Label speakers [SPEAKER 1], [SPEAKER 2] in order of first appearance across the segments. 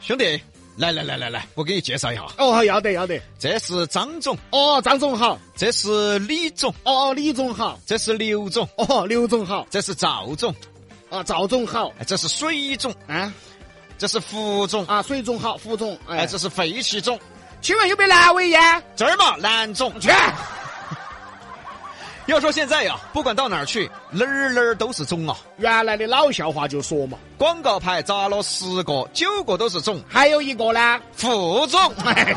[SPEAKER 1] 兄弟，来来来来来，我给你介绍一下，
[SPEAKER 2] 哦，好要得要得。
[SPEAKER 1] 这是张总，
[SPEAKER 2] 哦，张总好。
[SPEAKER 1] 这是李总，
[SPEAKER 2] 哦，李总好。
[SPEAKER 1] 这是刘总，
[SPEAKER 2] 哦，刘总好。
[SPEAKER 1] 这是赵总，
[SPEAKER 2] 啊，赵总好。
[SPEAKER 1] 哎这是水总，
[SPEAKER 2] 啊
[SPEAKER 1] 这是胡总，
[SPEAKER 2] 啊，水总好，胡总。
[SPEAKER 1] 哎，
[SPEAKER 2] 哎，
[SPEAKER 1] 这是废气总，
[SPEAKER 2] 请问有没有阑尾炎？
[SPEAKER 1] 这儿嘛，南总。
[SPEAKER 2] 去。
[SPEAKER 1] 要说现在呀、啊不管到哪儿去，哪儿哪儿都是总啊。
[SPEAKER 2] 原来的老笑话就说嘛，
[SPEAKER 1] 广告牌砸了十个，九个都是总，
[SPEAKER 2] 还有一个呢，
[SPEAKER 1] 副总，哎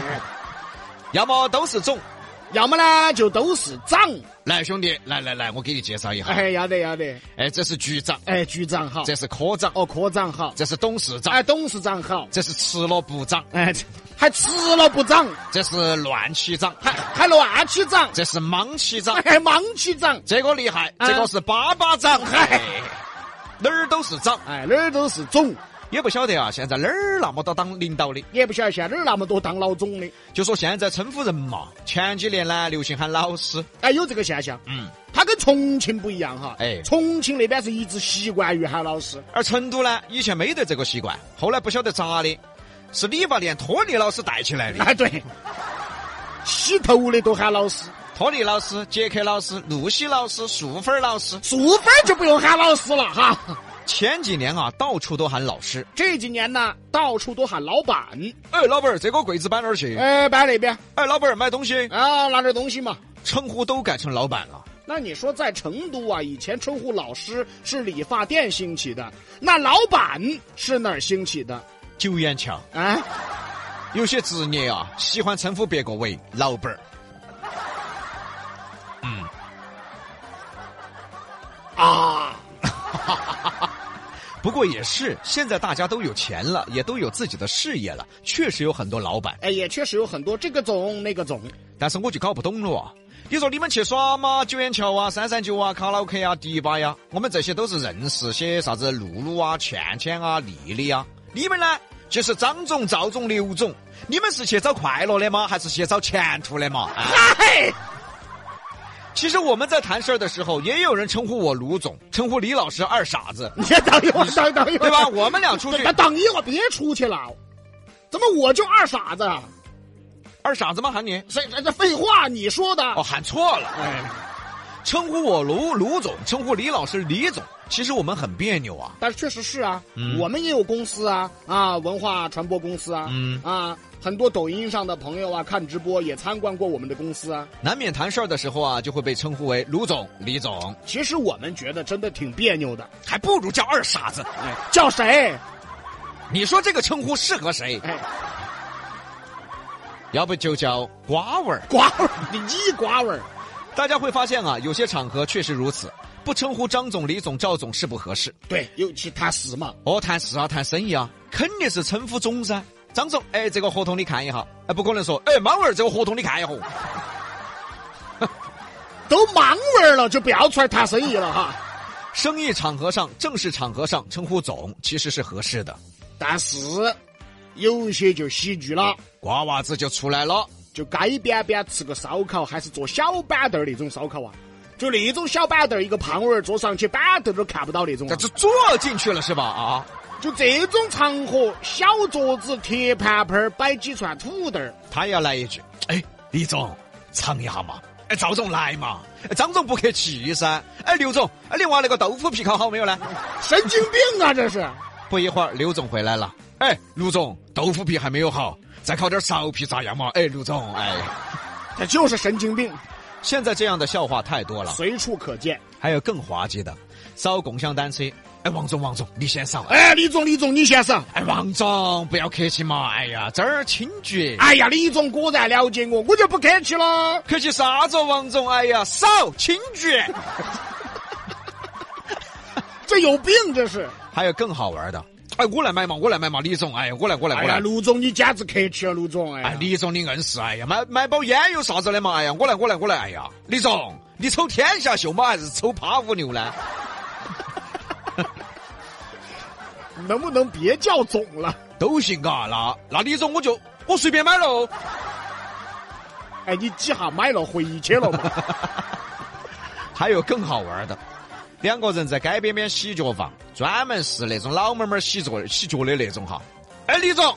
[SPEAKER 1] 要么都是总。
[SPEAKER 2] 要么呢就都是长。
[SPEAKER 1] 来，兄弟，来来来，我给你介绍一下。
[SPEAKER 2] 哎，要得要得。
[SPEAKER 1] 哎，这是局长，
[SPEAKER 2] 哎，局长好。
[SPEAKER 1] 这是科长，
[SPEAKER 2] 哦，科长好。
[SPEAKER 1] 这是董事长，
[SPEAKER 2] 哎，董事长好。
[SPEAKER 1] 这是吃了部长，
[SPEAKER 2] 哎，还吃了不长，
[SPEAKER 1] 这是乱七长，
[SPEAKER 2] 还还乱区长，
[SPEAKER 1] 这是莽七长，
[SPEAKER 2] 还莽区长。
[SPEAKER 1] 这个厉害，
[SPEAKER 2] 哎啊哎
[SPEAKER 1] 这个是巴巴长，
[SPEAKER 2] 嗨
[SPEAKER 1] 嗨，哪儿都是长，
[SPEAKER 2] 哎，哪儿都是总，
[SPEAKER 1] 也不晓得啊，现在哪儿那么多当领导的。
[SPEAKER 2] 也不晓得现在哪儿那么多当老总的。
[SPEAKER 1] 就说现在称呼人嘛，前几年呢流行喊老师，
[SPEAKER 2] 哎，有这个现象。
[SPEAKER 1] 嗯，
[SPEAKER 2] 它跟重庆不一样哈。
[SPEAKER 1] 哎
[SPEAKER 2] 重庆那边是一直习惯于喊老师。
[SPEAKER 1] 而成都呢以前没得这个习惯，后来不晓得咋的，是理发店托尼老师带起来的。
[SPEAKER 2] 哎，对，洗头的都喊老师，
[SPEAKER 1] 托尼老师、杰克老师、露西老师、素芬儿老师，
[SPEAKER 2] 淑芬儿就不用喊老师了哈。
[SPEAKER 1] 前几年啊到处都喊老师。
[SPEAKER 2] 这几年呢，到处都喊老板。
[SPEAKER 1] 哎，老板儿，这个柜子搬哪儿去？
[SPEAKER 2] 哎，摆那边
[SPEAKER 1] 哎，老板儿买东西，
[SPEAKER 2] 啊，拿点东西嘛。
[SPEAKER 1] 称呼都改成老板了。
[SPEAKER 2] 那你说在成都啊，以前称呼老师是理发店兴起的，那老板是哪儿兴起的
[SPEAKER 1] 九眼桥
[SPEAKER 2] 啊？
[SPEAKER 1] 有些职业啊，喜欢称呼别个为老板儿。
[SPEAKER 2] 啊，
[SPEAKER 1] 不过也是，现在大家都有钱了，也都有自己的事业了，确实有很多老板。
[SPEAKER 2] 哎，也确实有很多这个总那个总，
[SPEAKER 1] 但是我就搞不懂了啊！你说你们去耍嘛，九眼桥啊、三三九啊、卡拉 OK 啊、迪吧呀，我们这些都是认识些啥子露露啊、倩倩啊、丽丽啊。你们呢，就是张总、赵总、刘总，你们是去找快乐的吗？还是去找前途的嘛？啊
[SPEAKER 2] 嗨、
[SPEAKER 1] 其实我们在谈事儿的时候，也有人称呼我卢总，称呼李老师二傻子，
[SPEAKER 2] 你先等一会儿，等等一会
[SPEAKER 1] 对
[SPEAKER 2] 儿，
[SPEAKER 1] 吧？我们俩出去
[SPEAKER 2] 等等一会儿，别出去了，怎么我就二傻子？啊？
[SPEAKER 1] 二傻子吗？喊你
[SPEAKER 2] 谁这这废话你说的？
[SPEAKER 1] 哦，喊错了。
[SPEAKER 2] 哎，
[SPEAKER 1] 称呼我卢卢总，称呼李老师李总，其实我们很别扭啊。
[SPEAKER 2] 但是确实是啊，
[SPEAKER 1] 嗯
[SPEAKER 2] 我们也有公司啊啊，文化传播公司啊、
[SPEAKER 1] 嗯
[SPEAKER 2] 啊，很多抖音上的朋友啊，看直播也参观过我们的公司啊。
[SPEAKER 1] 难免谈事儿的时候啊，就会被称呼为卢总、李总，
[SPEAKER 2] 其实我们觉得真的挺别扭的。
[SPEAKER 1] 还不如叫二傻子。
[SPEAKER 2] 哎，叫谁？
[SPEAKER 1] 你说这个称呼适合谁？
[SPEAKER 2] 哎，
[SPEAKER 1] 要不就叫瓜娃儿。
[SPEAKER 2] 瓜味儿，你一瓜味儿。
[SPEAKER 1] 大家会发现啊，有些场合确实如此，不称呼张总、李总、赵总是不合适。
[SPEAKER 2] 对，尤其他是嘛，
[SPEAKER 1] 哦，谈事啊，谈生意啊，肯定是称呼总噻。张总，哎，这个合同你看一下。哎，不可能说，哎，猫儿，这个合同你看一下哦。
[SPEAKER 2] 都忙味儿了，就不要出来谈生意了哈。
[SPEAKER 1] 生意场合上、正式场合上称呼总其实是合适的。
[SPEAKER 2] 但是有些就喜剧了，
[SPEAKER 1] 瓜娃子就出来了。
[SPEAKER 2] 就街边边吃个烧烤，还是坐小板凳儿那种烧烤啊，就那种小板凳儿，一个胖娃儿坐上去，板凳儿都看不到那种、
[SPEAKER 1] 这
[SPEAKER 2] 啊。
[SPEAKER 1] 就坐进去了是吧？啊，
[SPEAKER 2] 就这种场合，小桌子、铁盘盘儿摆几串土豆儿，
[SPEAKER 1] 他也要来一句：“哎，李总，尝一下嘛。”哎，赵总来嘛。哎张总不客气噻。哎，刘总，哎，另外那个豆腐皮烤好没有呢？
[SPEAKER 2] 神经病啊！这是
[SPEAKER 1] 不一会儿，刘总回来了。哎，卢总，豆腐皮还没有好，再烤点苕皮咋样嘛？哎，卢总，哎，
[SPEAKER 2] 这就是神经病，
[SPEAKER 1] 现在这样的笑话太多了，
[SPEAKER 2] 随处可见。
[SPEAKER 1] 还有更滑稽的，扫共享单车。哎，王总，王总，你先扫。
[SPEAKER 2] 哎，李总，李总，你先生。
[SPEAKER 1] 哎，王总，不要客气嘛。哎呀，这儿亲绝。
[SPEAKER 2] 哎呀，李总果然了解我，我就不客气了。
[SPEAKER 1] 客气啥子哦，王总？哎呀，少亲绝。
[SPEAKER 2] 这有病，这是。
[SPEAKER 1] 还有更好玩的，哎，我来买嘛，我来买嘛，李总，哎，我来，我来，
[SPEAKER 2] 哎
[SPEAKER 1] 我
[SPEAKER 2] 呀，
[SPEAKER 1] 来。
[SPEAKER 2] 卢总，你简直客气了，卢总。哎呀，
[SPEAKER 1] 哎，李总，你硬是，哎呀，买买包烟有啥子的嘛？哎呀，我来，我来，我来，哎呀，李总，你抽天下秀吗？还是抽趴五牛呢？
[SPEAKER 2] 能不能别叫总了？
[SPEAKER 1] 都行啊，那那李总我就我随便买喽。
[SPEAKER 2] 哎，你几下买了回去了嘛？
[SPEAKER 1] 还有更好玩的，两个人在街边边洗脚房，专门是那种老妹妹洗脚洗脚的那种哈。哎，李总，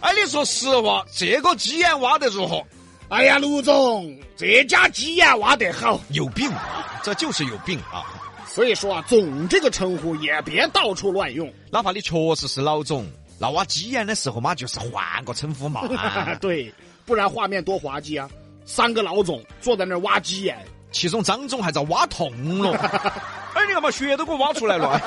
[SPEAKER 1] 哎，你说实话，这个鸡眼挖得如何？
[SPEAKER 2] 哎呀，卢总，这家鸡眼挖得好，
[SPEAKER 1] 有病啊！这就是有病啊！
[SPEAKER 2] 所以说啊，总这个称呼也别到处乱用。
[SPEAKER 1] 哪怕你确实是老总，那挖鸡眼的时候嘛，就是换个称呼嘛。
[SPEAKER 2] 对，不然画面多滑稽啊！三个老总坐在那儿挖鸡眼，
[SPEAKER 1] 其中张总还遭挖痛了， 哎，你干嘛血都给我挖出来了？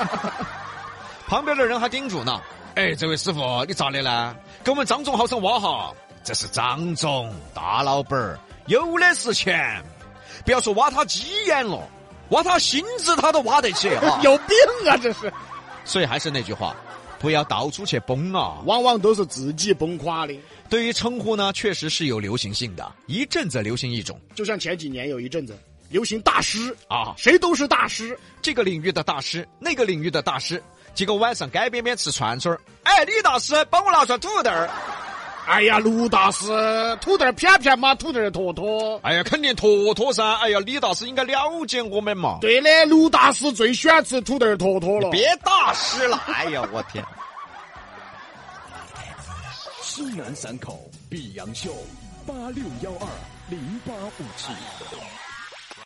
[SPEAKER 1] 旁边的人还叮嘱呢，哎，这位师傅你咋的呢？给我们张总好生挖哈，这是张总大老板儿，有的是钱，不要说挖他鸡眼了，挖他心智他都挖得起哈
[SPEAKER 2] 。有病啊！这是，
[SPEAKER 1] 所以还是那句话，不要到处去崩啊。
[SPEAKER 2] 往往都是自己崩垮的。
[SPEAKER 1] 对于称呼呢，确实是有流行性的，一阵子流行一种
[SPEAKER 2] 就像前几年有一阵子流行大师，
[SPEAKER 1] 啊，
[SPEAKER 2] 谁都是大师，
[SPEAKER 1] 这个领域的大师，那个领域的大师。结果晚上街边边吃串串儿，哎，李大师帮我拿串土豆儿。
[SPEAKER 2] 哎呀，卢大师，土豆儿片片嘛，土豆儿坨坨。
[SPEAKER 1] 哎呀，肯定坨坨噻。哎呀，李大师应该了解我们嘛。
[SPEAKER 2] 对的，卢大师最喜欢吃土豆儿坨坨了。
[SPEAKER 1] 别大师了，哎呀，我天！
[SPEAKER 3] 西南散口碧阳秀八六幺二零八五七。